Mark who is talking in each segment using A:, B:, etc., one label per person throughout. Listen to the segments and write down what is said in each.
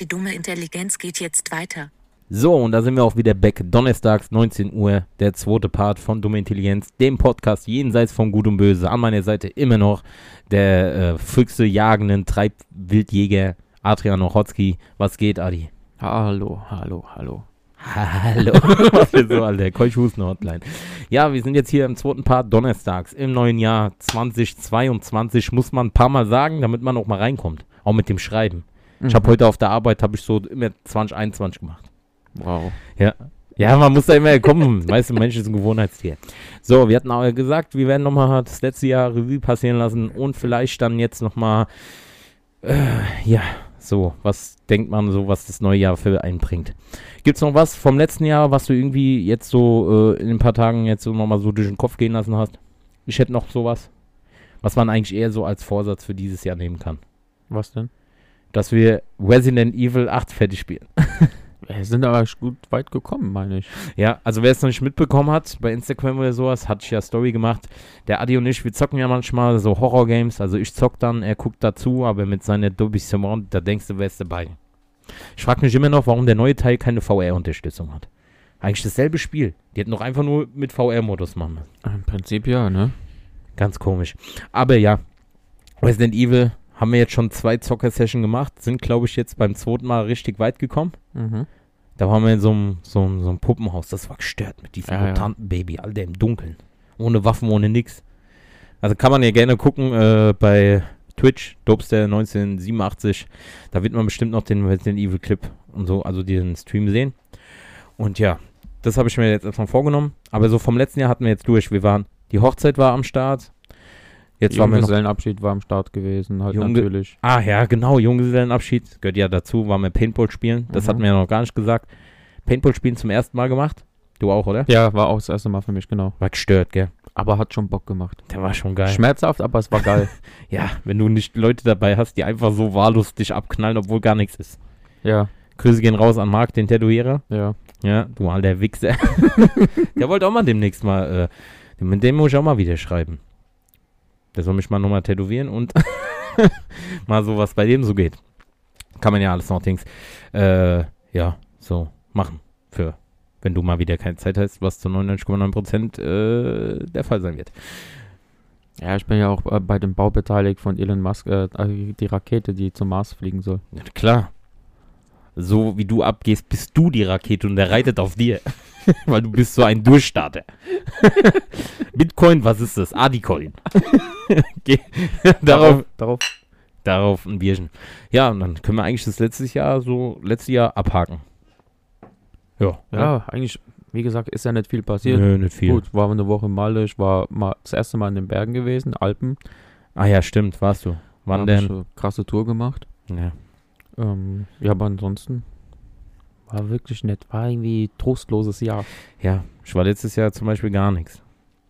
A: die dumme Intelligenz geht jetzt weiter.
B: So, und da sind wir auch wieder back. Donnerstags, 19 Uhr, der zweite Part von Dumme Intelligenz, dem Podcast jenseits von Gut und Böse. An meiner Seite immer noch der äh, Füchse jagenden Treibwildjäger Adrian Ochotski. Was geht, Adi?
C: Hallo, hallo, hallo.
B: Hallo. Was für so, Alter. Keuchhusten-Hotline. Ja, wir sind jetzt hier im zweiten Part donnerstags im neuen Jahr 2022. Muss man ein paar Mal sagen, damit man auch mal reinkommt. Auch mit dem Schreiben.
C: Mhm.
B: Ich habe heute auf der Arbeit, habe ich so immer 2021 gemacht.
C: Wow.
B: Ja. Ja, man muss da immer kommen. Weißt du, Mensch ist ein Gewohnheitstier. So, wir hatten auch gesagt, wir werden nochmal das letzte Jahr Revue passieren lassen und vielleicht dann jetzt nochmal, äh, ja, so, was denkt man so, was das neue Jahr für einen bringt. Gibt es noch was vom letzten Jahr, was du irgendwie jetzt so äh, in ein paar Tagen jetzt so nochmal so durch den Kopf gehen lassen hast? Ich hätte noch sowas, was man eigentlich eher so als Vorsatz für dieses Jahr nehmen kann.
C: Was denn?
B: Dass wir Resident Evil 8 fertig spielen.
C: Wir sind aber sch- gut weit gekommen, meine ich.
B: Ja, also wer es noch nicht mitbekommen hat, bei Instagram oder sowas, hatte ich ja Story gemacht. Der Adi und ich, wir zocken ja manchmal so Horror-Games. Also ich zock dann, er guckt dazu, aber mit seiner Dolby Surround, da denkst du, wer ist dabei? Ich frage mich immer noch, warum der neue Teil keine VR-Unterstützung hat. Eigentlich dasselbe Spiel. Die hätten doch einfach nur mit VR-Modus machen müssen.
C: Im Prinzip ja, ne?
B: Ganz komisch. Aber ja, Resident Evil haben wir jetzt schon zwei Zocker-Sessions gemacht, sind, glaube ich, jetzt beim zweiten Mal richtig weit gekommen.
C: Mhm.
B: Da waren wir in so einem, so einem, so einem Puppenhaus. Das war gestört mit diesem
C: Ja, ja.
B: mutanten Baby, Alter, im Dunkeln. Ohne Waffen, ohne nix. Also kann man ja gerne gucken äh, bei Twitch, Dopster 1987. Da wird man bestimmt noch den Resident Evil Clip und so, also den Stream sehen. Und ja, das habe ich mir jetzt erstmal vorgenommen. Aber so vom letzten Jahr hatten wir jetzt durch. Wir waren, die Hochzeit war am Start. Jetzt waren wir noch
C: Junggesellenabschied war am Start gewesen, halt
B: Junge-
C: natürlich.
B: Ah ja, genau, Junggesellenabschied gehört ja dazu, waren wir Paintball spielen. Das
C: Mhm.
B: hatten wir ja noch gar nicht gesagt. Paintball spielen zum ersten Mal gemacht. Du auch, oder?
C: Ja, war auch das erste Mal für mich, genau.
B: War gestört, gell?
C: Aber hat schon Bock gemacht.
B: Der war schon geil.
C: Schmerzhaft, aber es war geil.
B: ja, wenn du nicht Leute dabei hast, die einfach so wahllos dich abknallen, obwohl gar nichts ist.
C: ja,
B: Grüße gehen raus an Marc, den Tätowierer.
C: ja.
B: Ja, du alter Wichser. Der wollte auch mal demnächst mal, äh, mit dem muss ich auch mal wieder schreiben. Der soll mich mal nochmal tätowieren und mal so, was bei dem so geht. Kann man ja alles noch Dings, äh, ja, so machen. Für, wenn du mal wieder keine Zeit hast, was zu 99,9% äh, der Fall sein wird.
C: Ja, ich bin ja auch äh, bei dem Bau beteiligt von Elon Musk, äh, äh, die Rakete, die zum Mars fliegen soll.
B: Ja, klar. So wie du abgehst, bist du die Rakete und der reitet auf dir. Weil du bist so ein Durchstarter. Bitcoin, was ist das? Adicoin. Geh- darauf,
C: darauf.
B: darauf ein Bierchen. Ja, und dann können wir eigentlich das letzte Jahr so, letzte Jahr abhaken. Ja.
C: Ja, eigentlich, wie gesagt, ist ja nicht viel passiert.
B: Nö, nicht viel.
C: Gut, war eine Woche in Malle, ich war mal das erste Mal in den Bergen gewesen, Alpen.
B: Ah ja, stimmt, warst du. Wann
C: Hab Ich,
B: denn?
C: äh, krasse Tour gemacht.
B: Ja.
C: Ähm, ja, aber ansonsten war wirklich nett. War irgendwie trostloses Jahr.
B: ja, ich war letztes Jahr zum Beispiel gar nichts.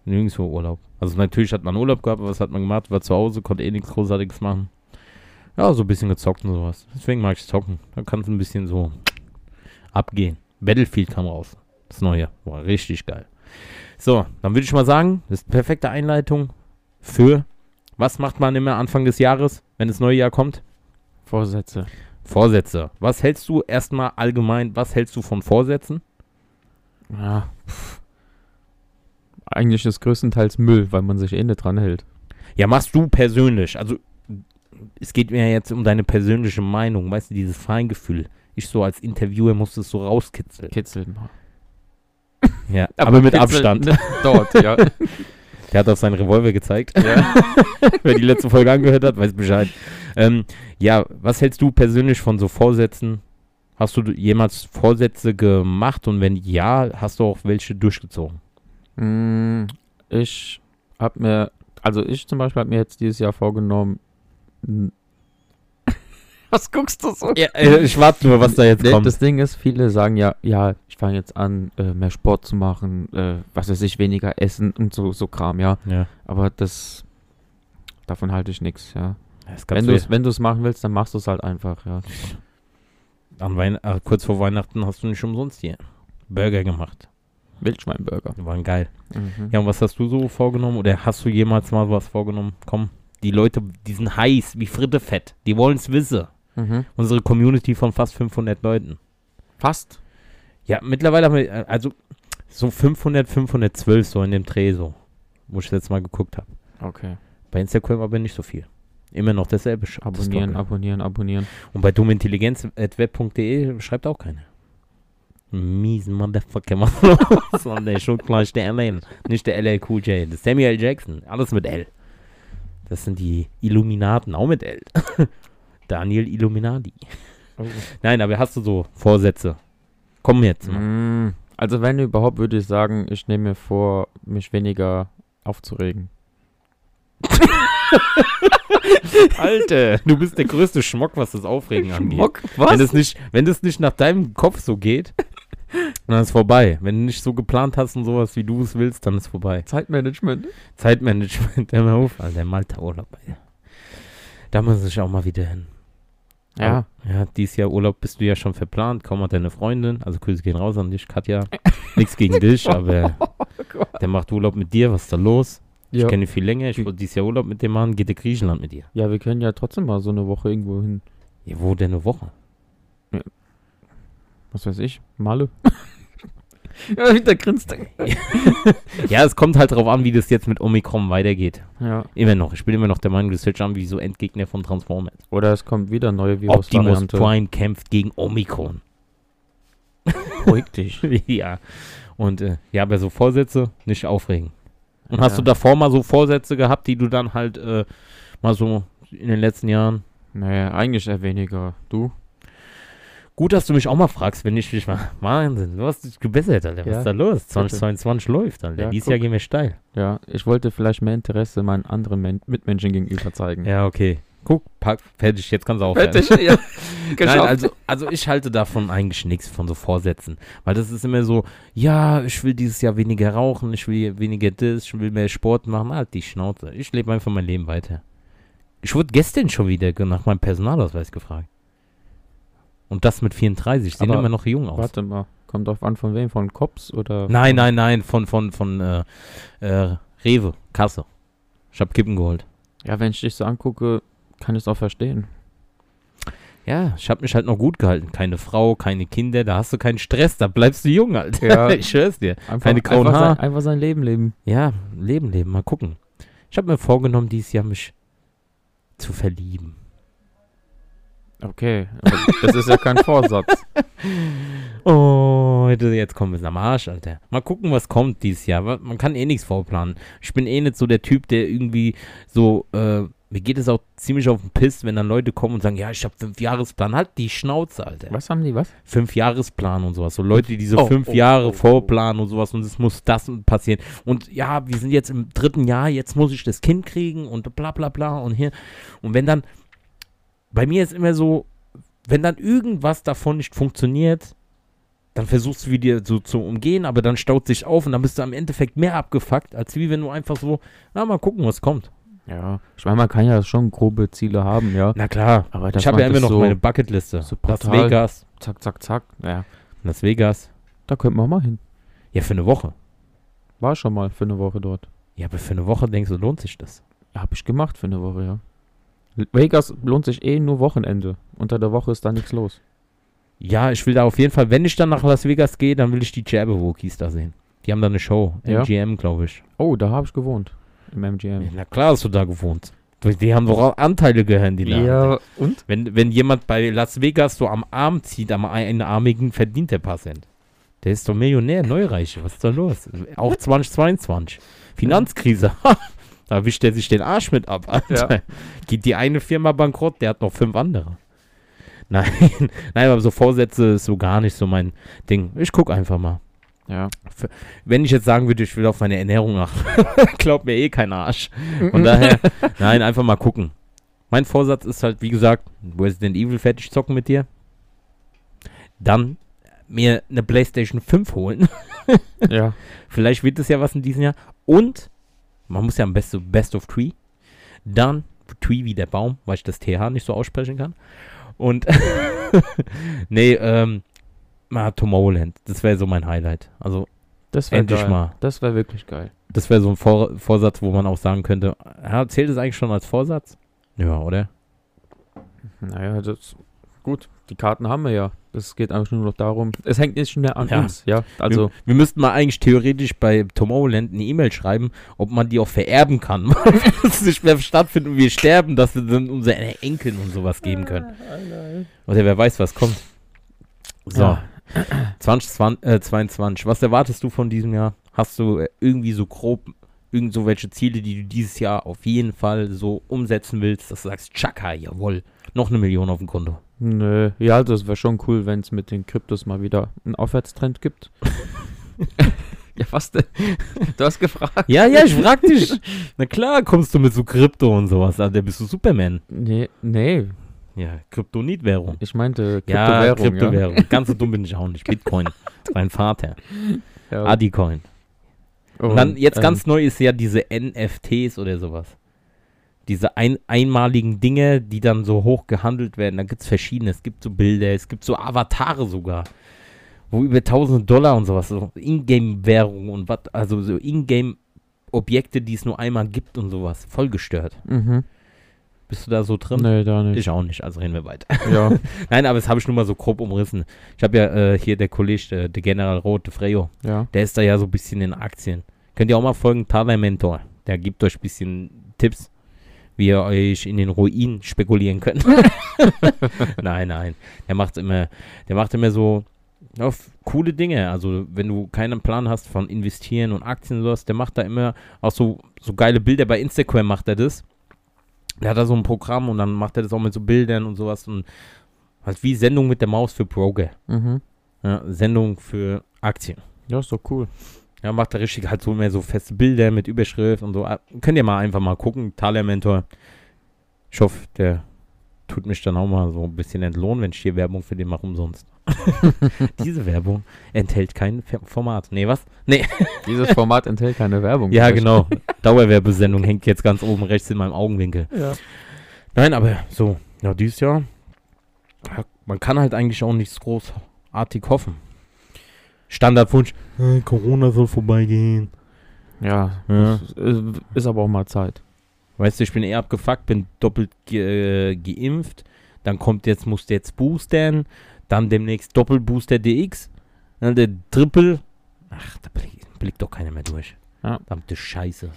B: Nirgendwo Urlaub. Also natürlich hat man Urlaub gehabt, aber was hat man gemacht? War zu Hause, konnte eh nichts Großartiges machen. Ja, so ein bisschen gezockt und sowas. Deswegen mag ich zocken. Da kann es ein bisschen so abgehen. Battlefield kam raus. Das neue. War richtig geil. So, dann würde ich mal sagen, das ist eine perfekte Einleitung für was macht man immer Anfang des Jahres, wenn das neue Jahr kommt?
C: Vorsätze.
B: Vorsätze. Was hältst du erstmal allgemein, was hältst du von Vorsätzen?
C: Ja. pff. Eigentlich ist größtenteils Müll, weil man sich eh nicht dran hält.
B: Ja, machst du persönlich. Also, es geht mir jetzt um deine persönliche Meinung, weißt du, dieses Feingefühl. Ich so als Interviewer musste es so rauskitzeln.
C: Kitzeln.
B: Ja, aber, mit Abstand.
C: ne? Dort, ja.
B: Der hat auf seinen Revolver gezeigt. Wer die letzte Folge angehört hat, weiß Bescheid. Ähm, ja, was hältst du persönlich von so Vorsätzen? Hast du jemals Vorsätze gemacht und wenn ja, hast du auch welche durchgezogen?
C: Mm, ich hab mir, also ich zum Beispiel habe mir jetzt dieses Jahr vorgenommen. n- Was guckst du so?
B: Ja, äh, ich warte nur, was da jetzt
C: ähm, Nee,
B: kommt.
C: Das Ding ist, viele sagen ja, ja, ich fange jetzt an, äh, mehr Sport zu machen, äh, was weiß ich, weniger essen und so, so Kram, ja.
B: ja,
C: Aber das, davon halte ich nichts, ja.
B: das
C: Wenn
B: kannst
C: du
B: du
C: es wenn du's machen willst, dann machst du es halt einfach, ja.
B: An Weihn äh, kurz vor Weihnachten hast du nicht umsonst hier Burger gemacht.
C: Wildschweinburger.
B: Die waren geil.
C: Mhm.
B: Ja, und was hast du so vorgenommen? Oder hast du jemals mal was vorgenommen? Komm, die Leute, die sind heiß wie Frittefett. Die wollen es wissen.
C: Mhm.
B: Unsere Community von fast 500 Leuten.
C: Fast.
B: Ja, mittlerweile haben wir, äh, also so 500, 512 so in dem Dreh so, wo ich jetzt mal geguckt habe.
C: Okay.
B: Bei Instagram aber nicht so viel. Immer noch dasselbe. Sch-
C: Abonnieren,
B: Stock.
C: abonnieren, abonnieren.
B: Und bei dummintelligenz.web.de schreibt auch keiner. Miesen Motherfucker, Mann. Sondern der Schulklasch der LN. Nicht der LL Cool J. Das ist Samuel Jackson. Alles mit L. Das sind die Illuminaten, auch mit L. Daniel Illuminati. Oh, Nein, aber hast du so Vorsätze? Komm jetzt mal.
C: Mm, Also wenn überhaupt, würde ich sagen, ich nehme mir vor, mich weniger aufzuregen.
B: Alter, du bist der größte Schmock, was das Aufregen angeht. Wenn
C: Was?
B: das nicht, wenn das nicht nach deinem Kopf so geht, dann ist vorbei. Wenn du nicht so geplant hast und sowas, wie du es willst, dann ist vorbei.
C: Zeitmanagement.
B: Zeitmanagement, der mal auf, Alter, Malta-Urlaub. Alter. Da muss ich auch mal wieder hin.
C: Ja.
B: Ja, dieses Jahr Urlaub bist du ja schon verplant. Kaum hat deine Freundin, also Grüße gehen raus an dich, Katja. Nichts gegen dich, aber der macht Urlaub mit dir. Was ist da los? Ich
C: Ja.
B: kenne ihn viel länger. Ich wollte dieses Jahr Urlaub mit dem machen. Geht der Griechenland mit dir?
C: ja, wir können ja trotzdem mal so eine Woche irgendwo hin.
B: Ja, wo denn eine Woche?
C: Was weiß ich? Malle. ja, wieder grinst.
B: Ja, es kommt halt drauf an, wie das jetzt mit Omikron weitergeht.
C: Ja.
B: Immer noch. Ich bin immer noch der Meinung, das hört sich an wie so Endgegner von Transformers.
C: Oder es kommt wieder neue
B: Optimus
C: Virusvariante.
B: Prime kämpft gegen Omikron.
C: Beruhig dich.
B: ja. Und äh, ja, aber so Vorsätze nicht aufregen. Und hast
C: Ja.
B: du davor mal so Vorsätze gehabt, die du dann halt äh, mal so in den letzten Jahren.
C: Nee, eigentlich eher weniger. Du?
B: Gut, dass du mich auch mal fragst, wenn ich dich mal. Wahnsinn, du hast dich gebessert, Alter. Was
C: Ja.
B: ist da los? 2022 läuft, Alter.
C: Ja,
B: Dieses
C: guck.
B: Jahr gehen wir steil.
C: Ja, ich wollte vielleicht mehr Interesse meinen anderen Men Mitmenschen gegenüber zeigen.
B: Ja, okay. Guck, pack, fertig, jetzt kannst du aufhören.
C: Fertig, ja.
B: Nein,
C: Geschafft.
B: also, also ich halte davon eigentlich nichts von so Vorsätzen. Weil das ist immer so, ja, ich will dieses Jahr weniger rauchen, ich will weniger das, ich will mehr Sport machen, halt die Schnauze. Ich lebe einfach mein Leben weiter. Ich wurde gestern schon wieder ge- nach meinem Personalausweis gefragt. Und das mit 34, sehen
C: Aber
B: immer noch jung aus.
C: Warte mal, kommt drauf an von wem? Von Cops oder?
B: Nein, nein, nein, von, von, von äh, äh, Rewe, Kasse. Ich hab Kippen geholt.
C: Ja, wenn ich dich so angucke, kann ich es auch verstehen.
B: Ja, ich hab mich halt noch gut gehalten. Keine Frau, keine Kinder, da hast du keinen Stress, da bleibst du jung, Alter.
C: Ja.
B: ich hör's dir.
C: Einfach,
B: Keine grauen
C: einfach, sein,
B: Haare.
C: einfach sein Leben leben.
B: Ja, Leben, Leben, mal gucken. Ich habe mir vorgenommen, dieses Jahr mich zu verlieben.
C: Okay, aber das ist ja kein Vorsatz.
B: Oh, hätte- jetzt kommen wir am Arsch, Alter. Mal gucken, was kommt dieses Jahr. Wa- Man kann eh nichts vorplanen. Ich bin eh nicht so der Typ, der irgendwie so, äh, mir geht es auch ziemlich auf den Piss, wenn dann Leute kommen und sagen, ja, ich habe fünf Jahresplan. Halt die Schnauze, Alter.
C: Was haben die, was?
B: Fünf Jahresplan und sowas. So Leute, die so
C: Oh,
B: fünf
C: oh,
B: Jahre
C: oh, oh.
B: vorplanen und sowas und es muss das und passieren. Und ja, wir sind jetzt im dritten Jahr, jetzt muss ich das Kind kriegen und bla bla bla und hier. Und wenn dann, bei mir ist immer so, wenn dann irgendwas davon nicht funktioniert, dann versuchst du wieder so zu umgehen, aber dann staut sich auf und dann bist du am Endeffekt mehr abgefuckt, als wie wenn du einfach so, na mal gucken, was kommt.
C: Ja, ich meine, man kann ja schon grobe Ziele haben, ja.
B: Na klar,
C: Aber dass
B: ich habe
C: man
B: ja immer
C: das
B: noch
C: so
B: meine Bucketliste.
C: so
B: Las
C: brutal-
B: Vegas,
C: Zack, zack, zack. Ja,
B: Las Vegas.
C: da könnten wir auch mal hin.
B: Ja, für eine Woche.
C: War schon mal für eine Woche dort.
B: Ja, aber für eine Woche denkst du, lohnt sich das?
C: Hab ich gemacht für eine Woche, ja. Vegas lohnt sich eh nur Wochenende. Unter der Woche ist da nichts los.
B: Ja, ich will da auf jeden Fall, wenn ich dann nach Las Vegas gehe, dann will ich die Jabberwockies da sehen. Die haben da eine Show.
C: Ja.
B: MGM, glaube ich.
C: Oh, da habe ich gewohnt. Im MGM.
B: Na klar hast du da gewohnt. Die- Die haben doch auch Anteile gehören, die da.
C: und?
B: Wenn, wenn jemand bei Las Vegas so am Arm zieht, am Einarmigen, verdient der paar Cent. Der ist doch Millionär, Neureiche. Was ist da los? Auch 2022. Finanzkrise. Ha, da wischt er sich den Arsch mit ab. Alter. Geht die eine Firma bankrott, der hat noch fünf andere. Nein, nein, aber so Vorsätze ist so gar nicht so mein Ding. Ich guck einfach mal.
C: Ja.
B: Wenn ich jetzt sagen würde, ich will auf meine Ernährung achten, glaubt mir eh kein Arsch. Von daher, nein, einfach mal gucken. Mein Vorsatz ist halt, wie gesagt, Resident Evil fertig zocken mit dir. Dann mir eine PlayStation 5 holen.
C: ja.
B: Vielleicht wird es ja was in diesem Jahr. Und man muss ja am besten Best of Tree. Dann Tree wie der Baum, weil ich das TH nicht so aussprechen kann. Und nee, ähm, mal Tomorrowland. Das wäre so mein Highlight. Also
C: Das wäre
B: Endlich
C: geil.
B: mal.
C: Das wäre wirklich geil.
B: das wäre so ein Vor Vorsatz, wo man auch sagen könnte, ja, zählt es eigentlich schon als Vorsatz? Ja, oder?
C: Naja, das gut, die Karten haben wir ja. Es geht einfach nur noch darum. Es hängt nicht mehr an
B: Ja.
C: uns, ja. Also,
B: wir, wir müssten mal eigentlich theoretisch bei Tomorrowland eine E-Mail schreiben, ob man die auch vererben kann, weil es nicht mehr stattfindet und wir sterben, dass wir dann unseren Enkeln und sowas geben können. Oder wer weiß, was kommt. So,
C: Ja.
B: 2022, äh, 22. was erwartest du von diesem Jahr? Hast du äh, irgendwie so grob irgend so welche Ziele, die du dieses Jahr auf jeden Fall so umsetzen willst, dass du sagst, tschakka, jawohl, noch eine Million auf dem Konto.
C: nö. Ja, also es wäre schon cool, wenn es mit den Kryptos mal wieder einen Aufwärtstrend gibt. ja, was denn? Du hast gefragt.
B: Ja, ja, ich frag dich. Na klar, kommst du mit so Krypto und sowas, da bist du Superman.
C: Nee, nee.
B: Ja, Kryptonitwährung.
C: Ich meinte
B: Ja,
C: Kryptowährung. Ja,
B: Kryptowährung. Ganz so dumm bin ich auch nicht. Bitcoin. Mein Vater.
C: ja. Ähm,
B: Adicoin. Und dann jetzt ganz neu ist ja diese NFTs oder sowas. Diese ein, einmaligen Dinge, die dann so hoch gehandelt werden. Da gibt es verschiedene. Es gibt so Bilder, es gibt so Avatare sogar. Wo über tausende Dollar und sowas, so Ingame-Währung und was, also so Ingame-Objekte, die es nur einmal gibt und sowas. Voll gestört.
C: Mhm.
B: Bist du da so drin?
C: Nee, da nicht.
B: Ich auch nicht, also reden wir weiter.
C: ja.
B: Nein, aber das habe ich nur mal so grob umrissen. Ich habe ja äh, hier der Kollege, äh, der General Roth, der Freyo,
C: Ja.
B: der ist da ja so ein bisschen in Aktien. Könnt ihr auch mal folgen, Tyler Mentor. Der gibt euch ein bisschen Tipps, wie ihr euch in den Ruin spekulieren könnt. nein, nein. Der macht immer, der macht immer so ja, f- coole Dinge. Also wenn du keinen Plan hast von Investieren und Aktien und sowas, der macht da immer auch so, so geile Bilder. Bei Instagram macht er das. Der hat da so ein Programm und dann macht er das auch mit so Bildern und sowas und halt wie Sendung mit der Maus für Broker.
C: Mhm.
B: Ja, Sendung für Aktien.
C: Ja, ist doch cool.
B: Ja, macht er richtig halt so mehr so feste Bilder mit Überschrift und so. Ah, Könnt ihr mal einfach mal gucken. Thaler Mentor. Ich hoffe, der tut mich dann auch mal so ein bisschen entlohnen, wenn ich hier Werbung für den mache umsonst. Diese Werbung enthält kein Fe- Format. Nee, was? Nee.
C: Dieses Format enthält keine Werbung.
B: Ja, genau. Dauerwerbesendung hängt jetzt ganz oben rechts in meinem Augenwinkel.
C: Ja.
B: Nein, aber so, ja, dieses Jahr, ja, man kann halt eigentlich auch nichts großartig hoffen. Standardwunsch, äh, Corona soll vorbeigehen.
C: Ja,
B: Ja.
C: es Ist, ist aber auch mal Zeit.
B: Weißt du, ich bin eh abgefuckt, bin doppelt ge äh, geimpft. Dann kommt jetzt, musst du jetzt boostern. Dann demnächst Doppelbooster DX. Dann der Triple. Ach, da blickt, blickt doch keiner mehr durch.
C: Ja.
B: Verdammte Scheiße.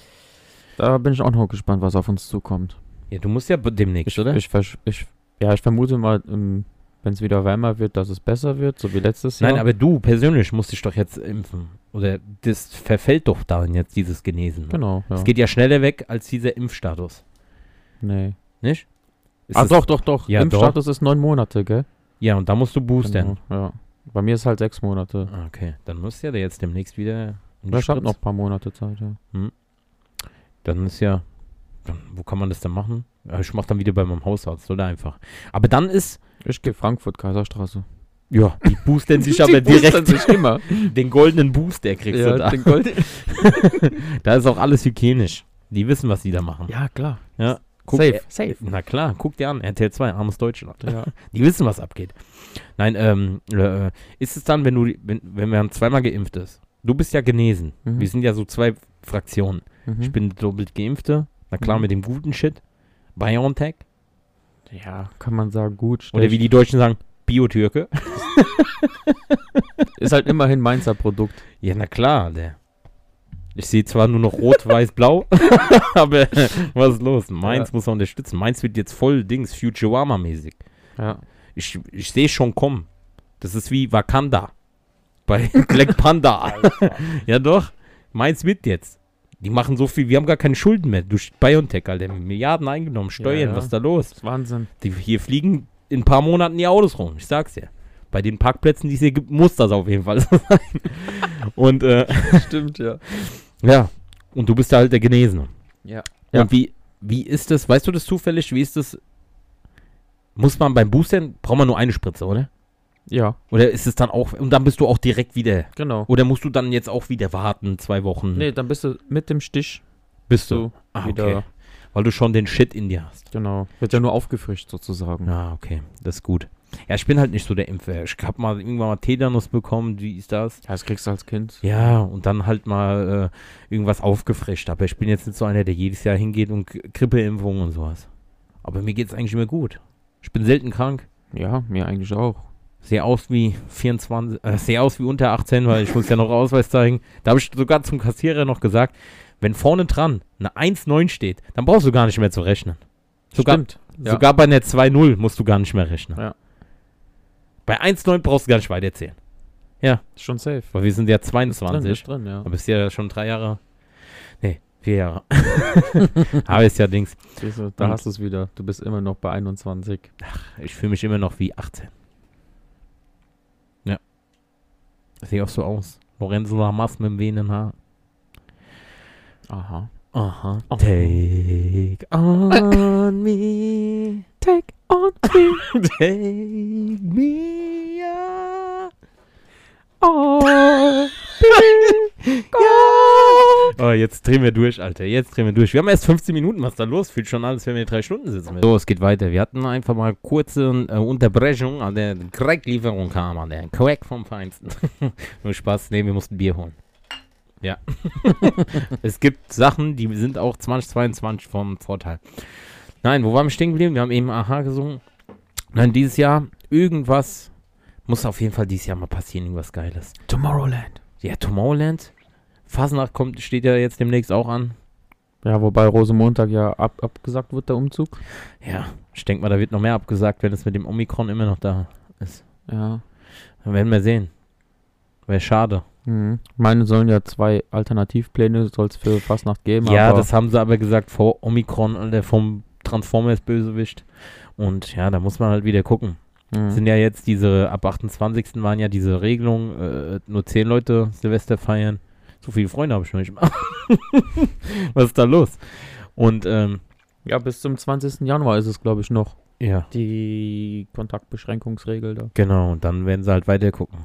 C: Da bin ich auch noch gespannt, was auf uns zukommt.
B: Ja, du musst ja b- demnächst,
C: Ich,
B: oder?
C: ich, versch- ich, ja, ich vermute mal, wenn es wieder wärmer wird, dass es besser wird, so wie letztes Jahr.
B: Nein, aber du persönlich musst dich doch jetzt impfen. Oder das verfällt doch dann jetzt, dieses Genesen. ne?
C: Genau, ja.
B: Es geht ja schneller weg als dieser Impfstatus.
C: nee.
B: Nicht? Ist
C: Ah,
B: das-
C: doch, doch, doch.
B: Ja,
C: Impfstatus ist neun Monate, gell?
B: Ja, und da musst du boostern.
C: Genau, ja. Bei mir ist halt sechs Monate.
B: Ah, Okay, dann musst du ja jetzt demnächst wieder. in die
C: Ich habe
B: Spritze.
C: noch ein paar Monate Zeit, ja.
B: Dann ist ja, dann, wo kann man das denn machen? Ja, Ich mach dann wieder bei meinem Hausarzt, oder einfach. Aber dann ist,
C: Ich gehe Frankfurt, Kaiserstraße.
B: ja, die boostern sich
C: Die
B: aber
C: boostern
B: direkt
C: sich immer.
B: den goldenen Booster kriegst du da.
C: den Gold-
B: Da ist auch alles hygienisch. Die wissen, was die da machen.
C: ja, klar.
B: Ja,
C: safe,
B: äh,
C: safe.
B: Na klar, guck dir an, RTL 2, armes Deutschland.
C: Ja.
B: Die wissen, was abgeht. Nein, ähm, äh, ist es dann, wenn du, wenn, wenn man zweimal geimpft ist? Du bist ja genesen.
C: Mhm.
B: Wir sind ja so zwei Fraktionen.
C: Mhm.
B: Ich bin doppelt Geimpfte. Na klar,
C: Mhm.
B: mit dem guten Shit. BioNTech.
C: ja, kann man sagen, gut. Schlecht.
B: Oder wie die Deutschen sagen, Biotürke.
C: Ist halt immerhin Mainzer Produkt.
B: Ja, na klar, der. Ich sehe zwar nur noch rot, weiß, blau, aber was ist los? Mainz muss er unterstützen. Mainz wird jetzt voll Dings, Futurama-mäßig.
C: Ja.
B: Ich, ich sehe schon kommen. Das ist wie Wakanda. Bei Black Panda. ja, doch. Mainz wird jetzt. Die machen so viel, wir haben gar keine Schulden mehr. Durch BioNTech, Alter. Milliarden eingenommen, Steuern,
C: ja.
B: was ist da los?
C: Das ist Wahnsinn.
B: Die, hier fliegen in ein paar Monaten die Autos rum, ich sag's dir. Bei den Parkplätzen, die es hier gibt, muss das auf jeden Fall so sein. Und äh,
C: Stimmt, ja.
B: ja, und du bist da halt der Genesene.
C: Ja.
B: Und wie, wie ist das, weißt du das zufällig, wie ist das, muss man beim Boostern, braucht man nur eine Spritze, oder?
C: Ja,
B: Oder ist es dann auch, und dann bist du auch direkt wieder,
C: genau.
B: oder musst du dann jetzt auch wieder warten, zwei Wochen?
C: Nee, dann bist du mit dem Stich
B: bist
C: so
B: Ah,
C: wieder.
B: okay. Weil du schon den Shit in dir hast.
C: Genau. Wird ja nur aufgefrischt sozusagen.
B: Ah, okay, das ist gut. Ja, ich bin halt nicht so der Impfer. Ich hab mal irgendwann mal Tetanus bekommen, wie ist das?
C: Ja, das kriegst du als Kind.
B: Ja, und dann halt mal äh, irgendwas aufgefrischt. Aber ich bin jetzt nicht so einer, der jedes Jahr hingeht und K- Grippeimpfungen und sowas. Aber mir geht's eigentlich immer gut. Ich bin selten krank.
C: Ja, mir eigentlich auch.
B: Sehe aus wie 24, äh, sehe aus wie unter 18, weil ich muss ja noch Ausweis zeigen. Da habe ich sogar zum Kassierer noch gesagt, wenn vorne dran eine 1,9 steht, dann brauchst du gar nicht mehr zu rechnen. Sogar,
C: Stimmt. Ja.
B: sogar bei einer 2,0 musst du gar nicht mehr rechnen.
C: Ja.
B: Bei 1,9 brauchst du gar nicht weiterzählen.
C: Ist schon safe.
B: Weil wir sind ja
C: Drin,
B: 22.
C: ist drin, ja.
B: Aber ist ja schon drei Jahre. Nee, vier Jahre. Aber ist ja Dings.
C: Siehst du, da
B: Und-
C: hast du es wieder. Du bist immer noch bei 21.
B: Ich fühle mich immer noch wie 18. Ja. Sehe auch so aus. Lorenzo Lamas mit dem wehenden Haar.
C: Aha.
B: Aha.
C: Oh.
B: Take on me.
C: Take on me.
B: Take me up.
C: Oh.
B: Oh, jetzt drehen wir durch, Alter. Jetzt drehen wir durch. Wir haben erst 15 Minuten. Was ist da los? Fühlt schon alles, wenn wir drei Stunden sitzen. müssen. So, es geht weiter. Wir hatten einfach mal kurze äh, Unterbrechung. An der Crack-Lieferung kam an. Der Crack vom Feinsten. Nur Spaß. Nee, wir mussten Bier holen. Ja. es gibt Sachen, die sind auch 2022 vom Vorteil. Nein, wo waren wir stehen geblieben? Wir haben eben Aha gesungen. Nein, dieses Jahr irgendwas muss auf jeden Fall dieses Jahr mal passieren. Irgendwas Geiles.
C: Tomorrowland.
B: Ja, Tomorrowland. Fasnacht kommt, steht ja jetzt demnächst auch an.
C: Ja, wobei Rosenmontag ja ab, abgesagt wird, der Umzug.
B: Ja, ich denke mal, da wird noch mehr abgesagt, wenn es mit dem Omikron immer noch da ist.
C: Ja.
B: Dann werden wir sehen. Wäre schade.
C: Mhm. Meine sollen ja zwei Alternativpläne, soll es für Fastnacht geben.
B: ja,
C: aber
B: das haben sie aber gesagt vor Omikron, Alter, vom Transformers-Bösewicht. Und ja, da muss man halt wieder gucken.
C: Mhm.
B: Sind ja jetzt diese, ab 28. waren ja diese Regelungen, äh, nur 10 Leute Silvester feiern. So viele Freunde habe ich noch nicht mal. Was ist da los? Und ähm,
C: Ja, bis zum 20. Januar ist es, glaube ich, noch.
B: ja,
C: Die Kontaktbeschränkungsregel da.
B: Genau, und dann werden sie halt weiter gucken.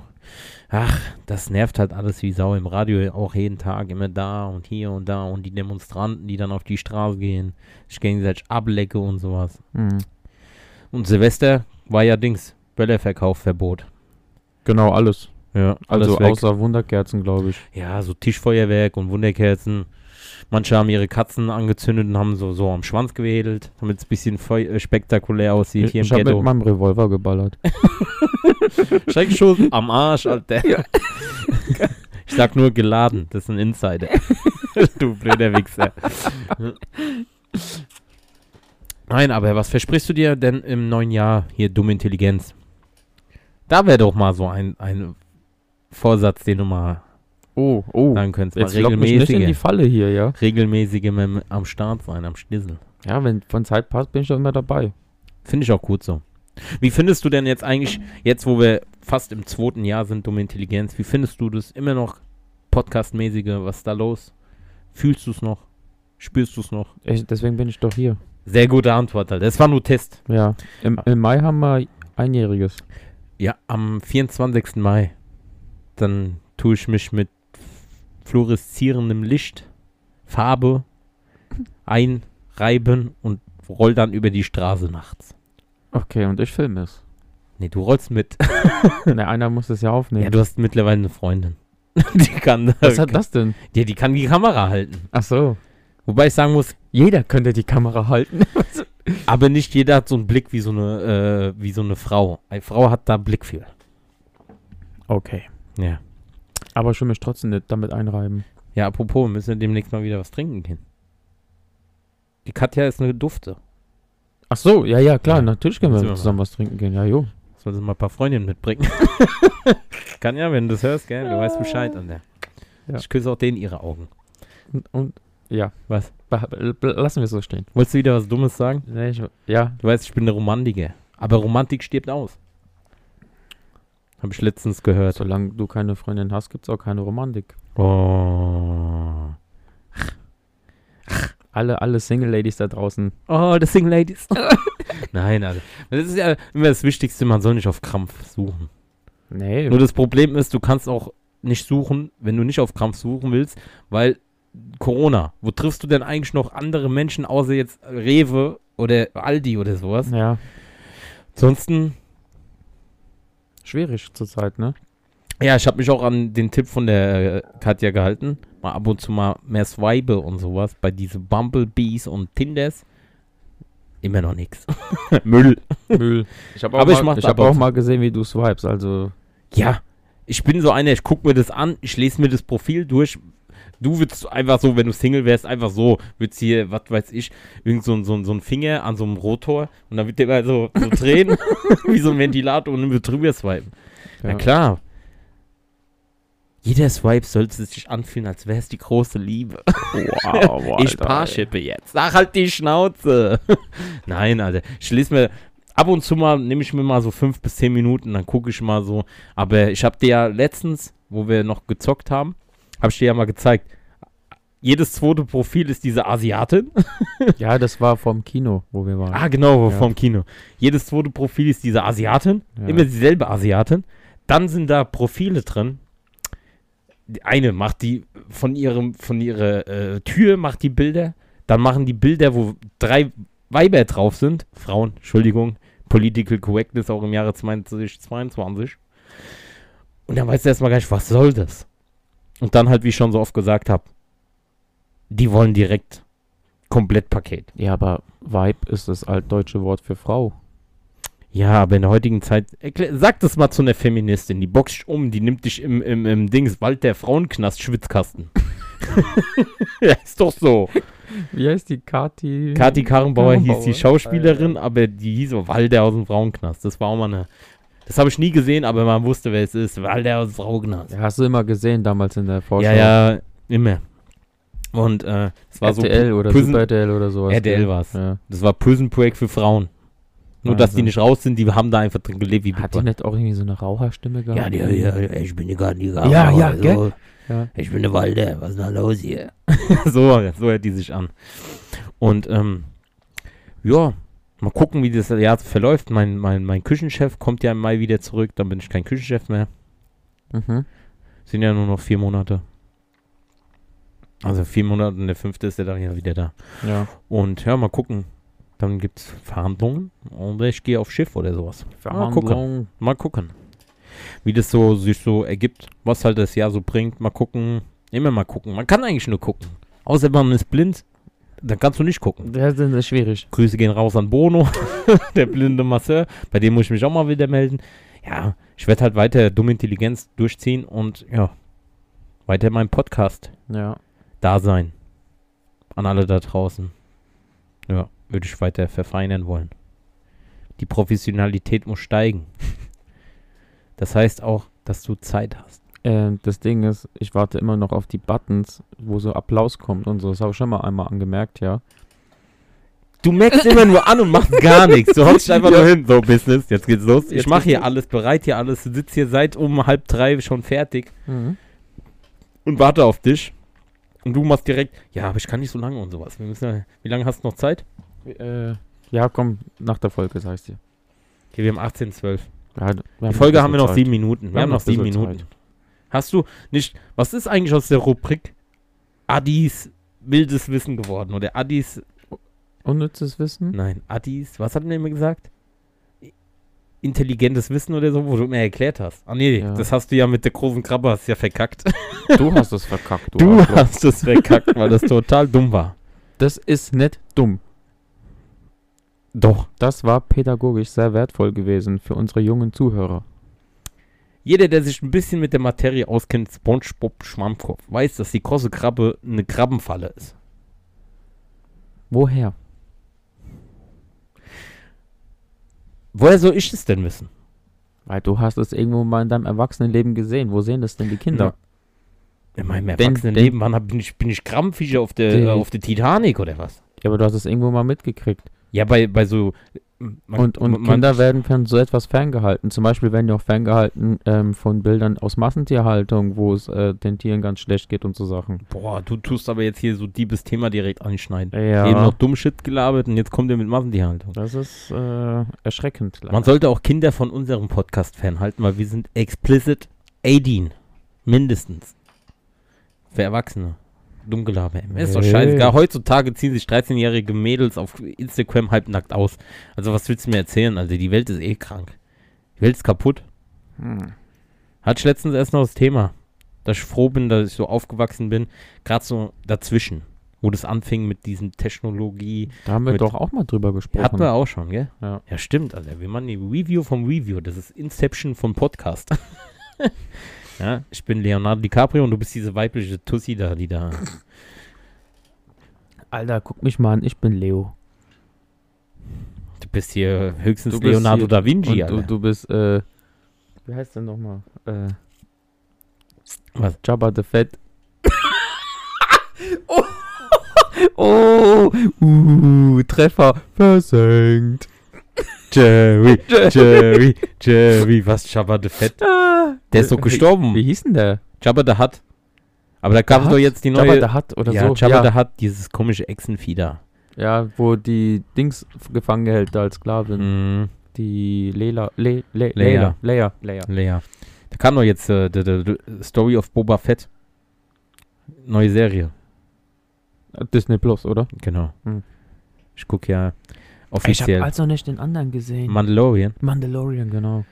B: Ach, das nervt halt alles wie Sau im Radio, auch jeden Tag, immer da und hier und da und die Demonstranten, die dann auf die Straße gehen, sich gegenseitig ablecke und sowas.
C: Mhm.
B: Und Silvester war ja Dings, Böllerverkaufverbot.
C: Genau, alles.
B: Ja,
C: Also
B: alles weg.
C: außer Wunderkerzen, glaube ich.
B: ja, so Tischfeuerwerk und Wunderkerzen. Manche haben ihre Katzen angezündet und haben so, so am Schwanz gewedelt, damit es ein bisschen feu- äh, spektakulär aussieht
C: Ich,
B: hier im
C: ich habe
B: Ghetto.
C: mit meinem Revolver geballert.
B: Schreckschuss am Arsch, Alter. Ich sag nur geladen, das ist ein Insider. du blöder Wichser. Nein, aber was versprichst du dir denn im neuen Jahr hier, dumme Intelligenz? Da wäre doch mal so ein, ein Vorsatz, den du mal
C: Oh, oh.
B: sagen könntest. Mal
C: Jetzt lock mich nicht in die
B: regelmäßige,
C: Falle hier, ja.
B: regelmäßige mit, am Start sein, am Schlüssel.
C: Ja, wenn von Zeit passt, bin ich doch immer dabei.
B: Finde ich auch gut so. Wie findest du denn jetzt eigentlich, jetzt wo wir fast im zweiten Jahr sind, dumme Intelligenz, wie findest du das immer noch podcastmäßige, was ist da los? Fühlst du es noch? Spürst du es noch?
C: Ich, deswegen bin ich doch hier.
B: Sehr gute Antwort, Alter. Das war nur Test.
C: Ja. Im, im Mai haben wir einjähriges.
B: Ja, am 24. Mai, dann tue ich mich mit fluoreszierendem Licht, Farbe einreiben und roll dann über die Straße nachts.
C: Okay, und ich filme es.
B: Nee, du rollst mit.
C: Na, einer muss es ja aufnehmen.
B: Ja, du hast mittlerweile eine Freundin. Die kann
C: Was hat das denn?
B: Ja, die kann die Kamera halten.
C: Ach so.
B: Wobei ich sagen muss,
C: Jeder könnte die Kamera halten.
B: aber nicht jeder hat so einen Blick wie so eine, äh, wie so eine Frau. Eine Frau hat da Blick für.
C: Okay.
B: Ja.
C: Aber ich will mich trotzdem nicht damit einreiben.
B: Ja, apropos, wir müssen demnächst mal wieder was trinken gehen. Die Katja ist eine Dufte.
C: Ach so, ja, ja, klar.
B: Ja.
C: Natürlich können
B: Müssen wir
C: wir zusammen was trinken gehen. Ja, jo.
B: Soll sie mal ein paar Freundinnen mitbringen. kann ja, wenn du das hörst, gell? Du weißt Bescheid an der.
C: Ja.
B: Ich küsse auch denen ihre Augen.
C: Und, und ja.
B: Was?
C: Beh- bl- Lassen wir es so stehen.
B: Wolltest du wieder was Dummes sagen?
C: Nee, ich, ja.
B: Du weißt, ich bin eine Romantiker. Aber Romantik stirbt aus. Habe ich letztens gehört.
C: Solange du keine Freundin hast, gibt es auch keine Romantik.
B: Oh.
C: Alle, alle Single-Ladies da draußen.
B: Oh, das Single Ladies. Nein, also. Das ist ja immer das Wichtigste, man soll nicht auf Krampf suchen.
C: Nee.
B: Nur das Problem ist, du kannst auch nicht suchen, wenn du nicht auf Krampf suchen willst, weil Corona, wo triffst du denn eigentlich noch andere Menschen, außer jetzt Rewe oder Aldi oder sowas?
C: ja.
B: Ansonsten,
C: Schwierig zurzeit, ne?
B: ja, ich habe mich auch an den Tipp von der äh, Katja gehalten, mal ab und zu mal mehr Swipe und sowas, bei diese Bumblebees und Tinders. Immer noch nichts. Müll.
C: Müll. Ich habe auch,
B: Aber ich
C: mal-
B: mach
C: ich
B: das
C: hab auch
B: auch.
C: mal gesehen, wie du swipes. Also,
B: Ja, ich bin so einer, ich gucke mir das an, ich lese mir das Profil durch. Du würdest einfach so, wenn du Single wärst, einfach so, würdest hier, was weiß ich, irgend so, ein- so, ein- so ein Finger an so einem Rotor und dann wird der mal so, so drehen, wie so ein Ventilator und dann wird drüber swipen. Na
C: Ja.
B: klar. Jeder Swipe sollte sich anfühlen, als wäre es die große Liebe.
C: wow, wow
B: ich Parshippe jetzt. Sag halt die Schnauze. Nein, Alter. Ich lese mir ab und zu mal, nehme ich mir mal so fünf bis zehn Minuten, dann gucke ich mal so. Aber ich habe dir ja letztens, wo wir noch gezockt haben, habe ich dir ja mal gezeigt. Jedes zweite Profil ist diese Asiatin.
C: Ja, das war vom Kino, wo wir waren.
B: Ah, genau,
C: Ja.
B: vom Kino. Jedes zweite Profil ist diese Asiatin.
C: Ja.
B: Immer dieselbe Asiatin. Dann sind da Profile drin. Die eine macht die von ihrem, von ihrer äh, Tür macht die Bilder. Dann machen die Bilder, wo drei Weiber drauf sind. Frauen, Entschuldigung. Political Correctness auch im Jahre 2022. Und dann weißt du erstmal gar nicht, was soll das? Und dann halt, wie ich schon so oft gesagt habe, die wollen direkt Komplettpaket.
C: Ja, aber Vibe ist das altdeutsche Wort für Frau.
B: Ja, aber in der heutigen Zeit, erklär, sag das mal zu einer Feministin, die boxt dich um, die nimmt dich im, im, im Dings, Wald der Frauenknast, Schwitzkasten. ja, ist doch so.
C: Wie heißt die Kati?
B: Kathi Karrenbauer hieß die
C: Karrenbauer.
B: Schauspielerin, aber die hieß so Walder aus dem Frauenknast. Das war auch mal eine. Das habe ich nie gesehen, aber man wusste, wer es ist. Walder aus dem Frauenknast.
C: Ja, hast du immer gesehen damals in der Vorschau.
B: Ja, ja, immer. Und äh, das war
C: RTL
B: so.
C: oder
B: Prison,
C: Super RTL oder sowas.
B: RTL
C: gell?
B: war's.
C: Ja.
B: das war Prison Break für Frauen. Nur, dass die
C: Also.
B: nicht raus sind, die haben da einfach drin gelebt wie
C: Hat
B: Puppe.
C: die nicht auch irgendwie so eine Raucherstimme gehabt?
D: Ja, die, ja, ich bin die Garniga.
C: Ja, ja,
D: also,
C: gell? Ja.
D: Ich bin der Walde. Was ist denn da los hier?
B: so, so hört die sich an. Und ähm, ja, mal gucken, wie das Jahr verläuft. Mein, mein, mein Küchenchef kommt ja im Mai wieder zurück, dann bin ich kein Küchenchef mehr.
C: Mhm.
B: Sind ja nur noch vier Monate. Also vier Monate und der fünfte ist er dann ja wieder da.
C: ja.
B: Und ja, mal gucken. Dann gibt es Verhandlungen oder ich gehe auf Schiff oder sowas.
C: Ah,
B: Mal gucken.
C: Verhandlung.
B: Mal gucken. Wie das so sich so ergibt, was halt das Jahr so bringt. Mal gucken. Immer mal gucken. Man kann eigentlich nur gucken. Außer man ist blind, dann kannst du nicht gucken.
C: Das ist das schwierig.
B: Grüße gehen raus an Bono, der blinde Masseur. Bei dem muss ich mich auch mal wieder melden. Ja, ich werde halt weiter dumme Intelligenz durchziehen und ja, weiter mein Podcast
C: Ja.
B: da sein. An alle da draußen. Ja, würde ich weiter verfeinern wollen. Die Professionalität muss steigen. Das heißt auch, dass du Zeit hast.
C: Ähm, das Ding ist, ich warte immer noch auf die Buttons, wo so Applaus kommt und so. Das habe ich schon mal einmal angemerkt, ja.
B: Du merkst immer nur an und machst gar nichts. Du hockst dich einfach nur hin. So, Business, jetzt geht's los. ich
C: Jetzt
B: mache
C: geht's
B: hier
C: los.
B: alles, bereit hier alles. Du sitzt hier seit um halb drei schon fertig
C: Mhm.
B: und warte auf dich. Und du machst direkt, ja, aber ich kann nicht so lange und sowas. Wir müssen, ja- wie lange hast du noch Zeit?
C: Äh, ja, komm, nach der Folge, sag ich dir.
B: Okay, wir haben 18.12.
C: Ja, wir
B: Die
C: ein
B: Folge
C: bisschen
B: haben wir noch
C: Zeit.
B: sieben Minuten. Wir, haben noch
C: ein
B: sieben
C: bisschen
B: Minuten. Hast du nicht. Was ist eigentlich aus der Rubrik Adis wildes Wissen geworden? Oder Adis.
C: Unnützes Wissen?
B: Nein, Adis. Was hat man immer gesagt? Intelligentes Wissen oder so, wo du mir erklärt hast. Ah, nee,
C: Ja.
B: das hast du ja mit der großen Krabbe hast ja verkackt.
C: Du hast es verkackt,
B: Du
C: Arschloch.
B: hast es verkackt, weil das total dumm war.
C: Das ist nicht dumm.
B: Doch.
C: Das war pädagogisch sehr wertvoll gewesen für unsere jungen Zuhörer.
B: Jeder, der sich ein bisschen mit der Materie auskennt, Spongebob Schwammkopf, weiß, dass die große Krabbe eine Krabbenfalle ist.
C: Woher?
B: Woher soll ich es denn wissen?
C: Weil du hast es irgendwo mal in deinem Erwachsenenleben gesehen. Wo sehen das denn die Kinder?
B: In meinem
C: Denn-
B: Erwachsenenleben wann hab- bin ich, bin ich Krampfischer auf der,
C: Die-
B: äh, auf der Titanic oder was?
C: Ja, aber du hast es irgendwo mal mitgekriegt.
B: Ja, bei, bei so. man-
C: und und
B: man-
C: Kinder werden von so etwas ferngehalten. Zum Beispiel werden die auch ferngehalten ähm, von Bildern aus Massentierhaltung, wo es äh, den Tieren ganz schlecht geht und so Sachen.
B: Boah, du tust aber jetzt hier so diebes Thema direkt anschneiden.
C: Ja.
B: Eben noch dumm Shit gelabert und jetzt kommt er mit Massentierhaltung.
C: Das ist äh, erschreckend. leider.
B: Man sollte auch Kinder von unserem Podcast fernhalten, weil wir sind explicit 18. Mindestens. Für Erwachsene. Dumm gelabert. Ist doch
C: Nee.
B: scheißegal. Heutzutage ziehen sich 13-jährige Mädels auf Instagram halbnackt aus. Also was willst du mir erzählen? Also die Welt ist eh krank. Die Welt ist kaputt.
C: Hm.
B: Hatte ich letztens erst noch das Thema, dass ich froh bin, dass ich so aufgewachsen bin. Gerade so dazwischen. wo das anfing mit diesen Technologie.
C: Da haben wir
B: Mit-
C: doch auch mal drüber gesprochen.
B: Hatten wir auch schon, gell?
C: Ja.
B: ja stimmt, Alter. Wir machen die Review vom Review. Das ist Inception vom Podcast. ja, ich bin Leonardo DiCaprio und du bist diese weibliche Tussi da, die da.
C: Alter, guck mich mal an, ich bin Leo.
B: Du bist hier höchstens
C: Du bist
B: Leonardo
C: hier-
B: da Vinci,
C: Und du,
B: Alter.
C: du bist, äh, wie heißt der nochmal? Äh,
B: Was?
C: Jabba the Fett. oh, oh, uh, Treffer versenkt.
B: Jerry,
C: Jerry.
B: Jerry, Jerry, was Jabba the Fett?
C: Ah,
B: Der ist doch
C: wie-
B: gestorben.
C: Wie hieß denn der?
B: Jabba the Hutt. Aber da gab es
C: Hutt?
B: doch jetzt die
C: Jabba
B: neue.
C: the Hutt oder
B: ja,
C: so.
B: Jabba
C: ja.
B: the Hutt, dieses komische Echsenvieh da.
C: ja, wo die Dings gefangen hält als Sklavin.
B: Mhm.
C: Die Lela, Le, Le,
B: Leia.
C: Leia, Leia, Leia.
B: Leia. Da kam doch jetzt äh, the, the, the Story of Boba Fett. Neue Serie,
C: Disney Plus, oder?
B: genau.
C: Hm.
B: Ich gucke ja
C: Ich habe
B: offiziell
C: also nicht den anderen gesehen.
B: Mandalorian.
C: Mandalorian, genau.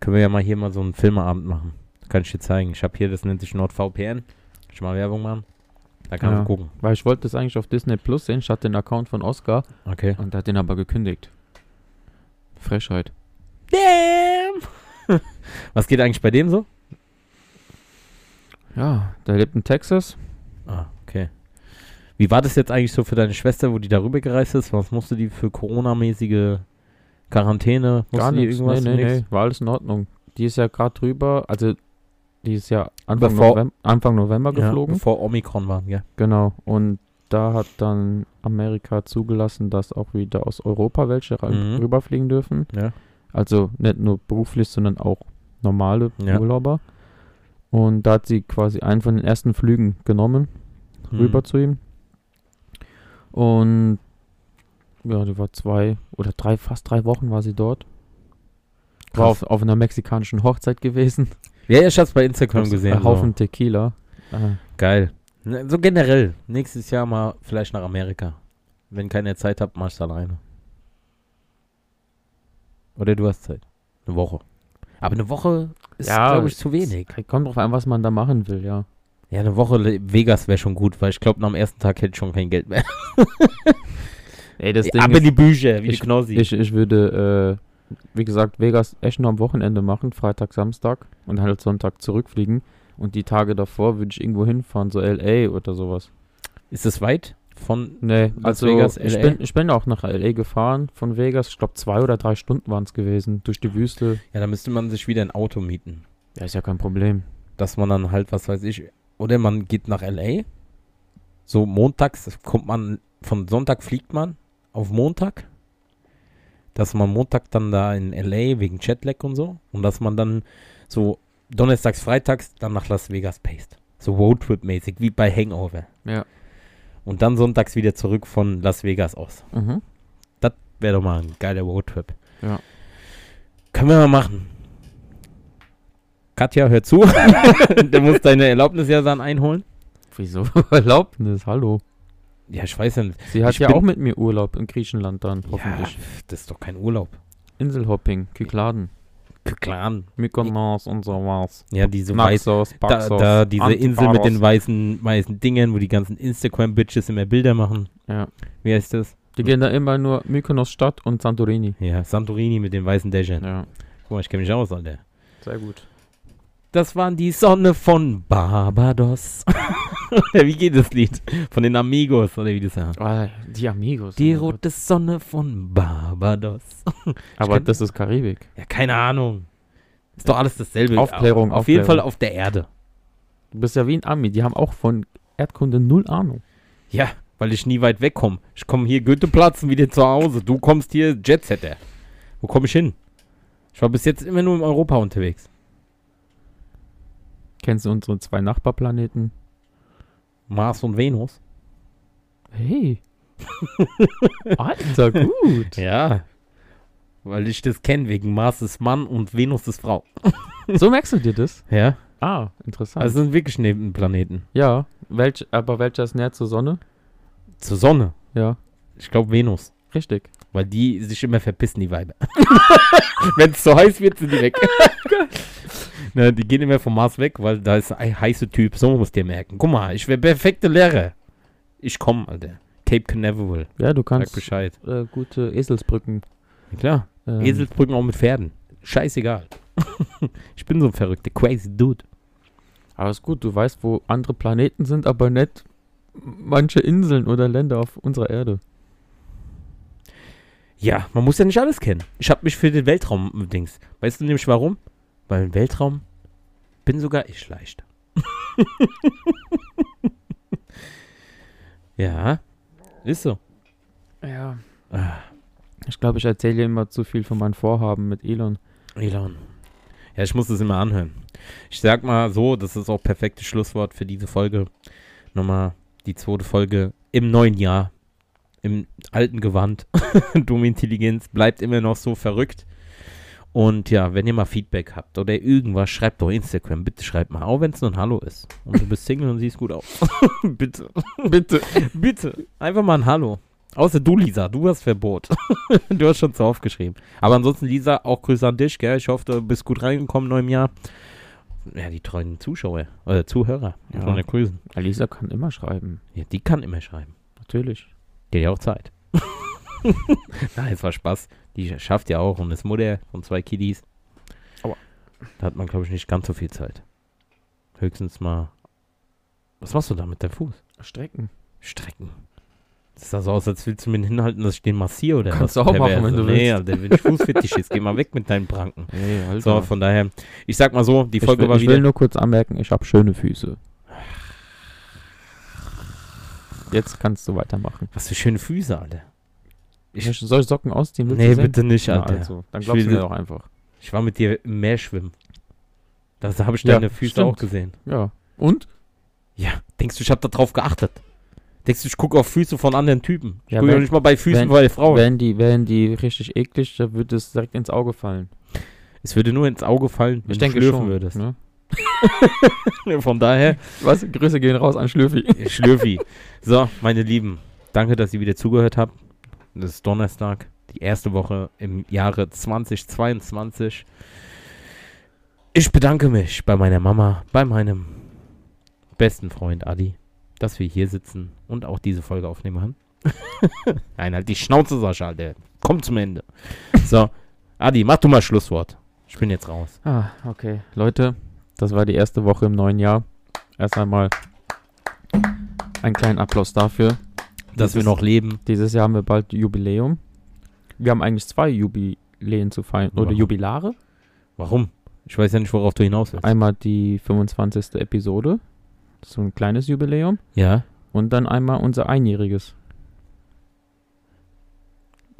B: Können wir ja mal hier mal so einen Filmeabend machen. Kann ich dir zeigen. Ich habe hier, das nennt sich NordVPN. Schon mal Werbung machen. Da kann
C: Ja.
B: man gucken.
C: Weil ich wollte das eigentlich auf Disney Plus sehen. Ich hatte den Account von Oscar
B: Okay.
C: und der hat den aber gekündigt. Frechheit.
B: Damn! Was geht eigentlich bei dem so?
C: Ja, der lebt in Texas.
B: Ah, okay. Wie war das jetzt eigentlich so für deine Schwester, wo die da rübergereist ist? Was musste die für Corona-mäßige Quarantäne? Musste die
C: nichts.
B: irgendwas?
C: nee, nee,
B: Nix?
C: nee. War alles in Ordnung. Die ist ja gerade drüber, also die ist ja Anfang,
B: Bevor-
C: November, Anfang November
B: Ja,
C: geflogen.
B: bevor Omikron war, ja.
C: Genau. Und da hat dann Amerika zugelassen, dass auch wieder aus Europa welche rein-
B: Mhm.
C: rüberfliegen dürfen.
B: Ja.
C: Also nicht nur beruflich, sondern auch normale
B: Ja.
C: Urlauber. Und da hat sie quasi einen von den ersten Flügen genommen,
B: Mhm.
C: rüber zu ihm. Und ja, die war zwei oder drei, fast drei Wochen war sie dort. War
B: Krass.
C: auf, auf einer mexikanischen Hochzeit gewesen.
B: Ja, ich hab's bei Instagram
C: Auf
B: gesehen.
C: Einen Haufen Tequila. Äh,
B: So. Geil. Ne, So generell, nächstes Jahr mal vielleicht nach Amerika. Wenn keiner Zeit habt, mach ich's alleine. Oder du hast Zeit. Eine Woche. Aber eine Woche ist,
C: Ja,
B: glaube ich, zu wenig.
C: Kommt drauf an, was man da machen will, ja.
B: Ja, eine Woche Le- Vegas wäre schon gut, weil ich glaube, nach dem ersten Tag hätte ich schon kein Geld mehr.
C: Ey, das
B: Ab in die Bücher, wie
C: ich-
B: die Knossi.
C: Ich, ich würde, äh, wie gesagt, Vegas echt nur am Wochenende machen, Freitag, Samstag und dann halt Sonntag zurückfliegen. Und die Tage davor würde ich irgendwo hinfahren, so L.A. oder sowas.
B: ist das weit von
C: Nee,
B: Las
C: also
B: Vegas,
C: ich,
B: LA?
C: bin, ich bin auch nach L.A. gefahren von Vegas. Ich glaube, zwei oder drei Stunden waren es gewesen durch die Wüste.
B: Ja, da müsste man sich wieder ein Auto mieten.
C: Ja, ist ja kein Problem.
B: Dass man dann halt, was weiß ich, oder man geht nach L.A. So montags kommt man, von Sonntag fliegt man auf Montag. Dass man Montag dann da in L.A. wegen Jetlag und so. Und dass man dann so donnerstags, freitags dann nach Las Vegas paced. So Roadtrip-mäßig, wie bei Hangover.
C: Ja.
B: Und dann sonntags wieder zurück von Las Vegas aus.
C: Mhm.
B: Das wäre doch mal ein geiler Roadtrip.
C: Ja.
B: Können wir mal machen. Katja, hör zu. du musst deine Erlaubnis ja dann einholen.
C: Wieso Erlaubnis? Hallo.
B: Ja, ich weiß ja nicht.
C: Sie hat
B: Ich
C: ja
B: bin-
C: auch mit mir Urlaub in Griechenland dann, hoffentlich.
B: Ja, pf, das ist doch kein Urlaub.
C: Inselhopping, Kykladen,
B: Klar.
C: Mykonos und sowas.
B: Ja, diese weißen.
C: Naxos,
B: Da,
C: Paxos,
B: da diese Insel mit den
C: Antiparos.
B: weißen, weißen Dingen, wo die ganzen Instagram-Bitches immer Bilder machen.
C: Ja.
B: Wie heißt das?
C: Die gehen da immer nur Mykonos Stadt und Santorini.
B: Ja, Santorini mit den weißen Dächern.
C: Ja,
B: Guck mal, ich kenne mich aus, Alter.
C: sehr gut.
B: Das waren die Sonne von Barbados. Oder wie geht das Lied? Von den Amigos, oder wie das heißt.
C: Ah, die Amigos.
B: Die
C: oh mein Gott.
B: rote Sonne von Barbados.
C: Aber
B: kenn-
C: das ist Karibik.
B: Ja, keine Ahnung. Ist doch alles dasselbe.
C: Aufklärung,
B: Auf, auf jeden Fall
C: Aufklärung.
B: auf der Erde.
C: Du bist ja wie ein Ami. Die haben auch von Erdkunde null Ahnung.
B: Ja, weil ich nie weit wegkomme. Ich komme hier Goetheplatz und wieder zu Hause. Du kommst hier Jetsetter. Wo komme ich hin? Ich war bis jetzt immer nur in Europa unterwegs.
C: Kennst du unsere zwei Nachbarplaneten?
B: Mars und Venus.
C: Hey. Alter, gut.
B: Ja. Weil ich das kenne, wegen Mars ist Mann und Venus ist Frau.
C: So merkst du dir das?
B: Ja.
C: Ah, interessant.
B: Also sind wirklich Nebenplaneten.
C: ja, welch, aber welcher ist näher zur Sonne?
B: Zur Sonne.
C: Ja,
B: Ich glaube Venus.
C: richtig.
B: Weil die sich immer verpissen, die Weiber. Wenn es zu heiß wird, sind die weg.
C: Oh
B: Na, die gehen immer vom Mars weg, weil da ist ein heißer Typ. So muss dir merken. Guck mal, ich wäre perfekte Lehrer. Ich komme, Alter. Cape Canaveral.
C: Ja, du
B: Sag
C: kannst
B: Bescheid.
C: äh, gute Eselsbrücken.
B: Ja, klar.
C: ähm,
B: Eselsbrücken auch mit Pferden. Scheißegal. ich bin so ein verrückter, crazy Dude.
C: Aber ist gut, du weißt, wo andere Planeten sind, aber nicht manche Inseln oder Länder auf unserer Erde.
B: Ja, man muss ja nicht alles kennen. Ich habe mich für den Weltraum Dings. Weißt du nämlich warum? Weil im Weltraum bin sogar ich leicht. ja, ist so.
C: Ja. Ah. Ich glaube, ich erzähle immer zu viel von meinen Vorhaben mit Elon.
B: Elon. Ja, ich muss es immer anhören. Ich sag mal so, das ist auch perfektes Schlusswort für diese Folge. Nochmal die zweite Folge im neuen Jahr. Im alten Gewand. Domintelligenz bleibt immer noch so verrückt. Und ja, wenn ihr mal Feedback habt oder irgendwas, schreibt doch Instagram. Bitte schreibt mal, auch wenn es nur ein Hallo ist. Und du bist Single und siehst gut aus. bitte, bitte, bitte. Einfach mal ein Hallo. Außer du, Lisa, du hast Verbot. du hast schon zu aufgeschrieben. Aber ansonsten, Lisa, auch Grüße an dich, gell? Ich hoffe, du bist gut reingekommen im neuen Jahr. Ja, die treuen Zuschauer, oder Zuhörer,
C: Ja.
B: von der Grüßen.
C: Alisa kann immer schreiben.
B: Ja, die kann immer schreiben.
C: Natürlich.
B: Die hat ja auch Zeit. Nein, es war Spaß. Die schafft ja auch und ist Mutter von zwei Kiddies.
C: Aua.
B: Da hat man, glaube ich, nicht ganz so viel Zeit. Höchstens mal. Was machst du da mit deinem Fuß?
C: Strecken.
B: Strecken. Das sah so aus, als willst du mir hinhalten, dass ich den massiere oder was?
C: Kannst du auch machen,
B: Perverse.
C: wenn du
B: Nee, Alter, wenn ich Fußfetisch ist, geh mal weg mit deinen Pranken.
C: Hey, Alter.
B: So, von daher, ich sag mal so, die
C: ich,
B: Folge
C: will,
B: war
C: ich will
B: wieder.
C: nur kurz anmerken, ich habe schöne Füße. Jetzt kannst du weitermachen.
B: Was für schöne Füße, Alter. Ich-
C: soll ich Socken ausziehen? Willst
B: Nee,
C: du sehen?
B: bitte nicht,
C: Na,
B: Alter.
C: also, dann
B: Ich
C: glaubst du
B: will-
C: mir doch einfach.
B: Ich war mit dir im Meer schwimmen. Da habe ich
C: Ja,
B: deine Füße
C: stimmt.
B: auch gesehen.
C: Ja. Und?
B: Ja, denkst du, ich habe darauf geachtet? Denkst du, ich gucke auf Füße von anderen Typen? Ich
C: Ja,
B: gucke
C: wenn-
B: doch nicht mal bei Füßen
C: wenn-
B: bei Frauen.
C: Wären die, wären die richtig eklig, dann würde es direkt ins Auge fallen.
B: es würde nur ins Auge fallen, wenn
C: ich denke
B: du schlürfen
C: schon.
B: würdest.
C: Ne?
B: Von daher,
C: Was? Grüße gehen raus an Schlürfi.
B: Schlürfi. So, meine Lieben, danke, dass ihr wieder zugehört habt. Das ist Donnerstag, die erste Woche im Jahre 2022. Ich bedanke mich bei meiner Mama, bei meinem besten Freund Adi, dass wir hier sitzen und auch diese Folge aufnehmen können. Nein, halt die Schnauze, Sascha, Alter. Komm zum Ende. So, Adi, mach du mal Schlusswort. Ich bin jetzt raus.
C: Ah, okay. Leute, das war die erste Woche im neuen Jahr. Erst einmal einen kleinen Applaus dafür.
B: Dass wir noch leben.
C: Dieses Jahr haben wir bald Jubiläum. Wir haben eigentlich zwei Jubiläen zu feiern. Oder
B: Warum?
C: Jubilare.
B: Warum? Ich weiß ja nicht, worauf du hinaus willst.
C: Einmal die 25. Episode. Das ist so ein kleines Jubiläum.
B: Ja.
C: Und dann einmal unser einjähriges.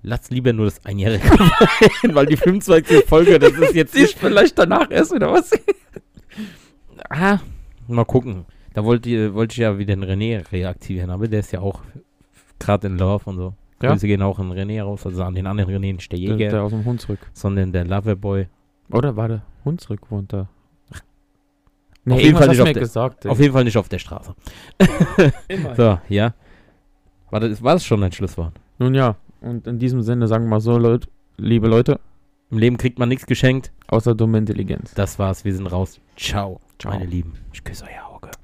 B: Lass lieber nur das Einjährige sein, weil die 25. Folge, das ist jetzt nicht.
C: vielleicht danach erst wieder was.
B: Ah, mal gucken. Da wollte ich, wollte ich ja wieder den René reaktivieren, aber der ist ja auch gerade in Love und so.
C: Ja.
B: Grüße gehen auch in René raus, also an den anderen René, nicht der
C: Der,
B: Jäger,
C: der aus dem Hunsrück.
B: sondern der Loverboy.
C: Oder war der Hunsrück wohnt da?
B: Auf jeden
C: irgendwas
B: Fall nicht
C: hast du
B: auf
C: mir
B: der-
C: gesagt.
B: Auf jeden Fall nicht auf der Straße. so, ja. War das, war das schon ein Schlusswort?
C: Nun ja, und in diesem Sinne sagen wir mal so, Leute, liebe Leute,
B: Im Leben kriegt man nichts geschenkt.
C: außer dumme Intelligenz.
B: Das war's, wir sind raus. Ciao,
C: Ciao.
B: meine Lieben. Ich küsse euer Auge.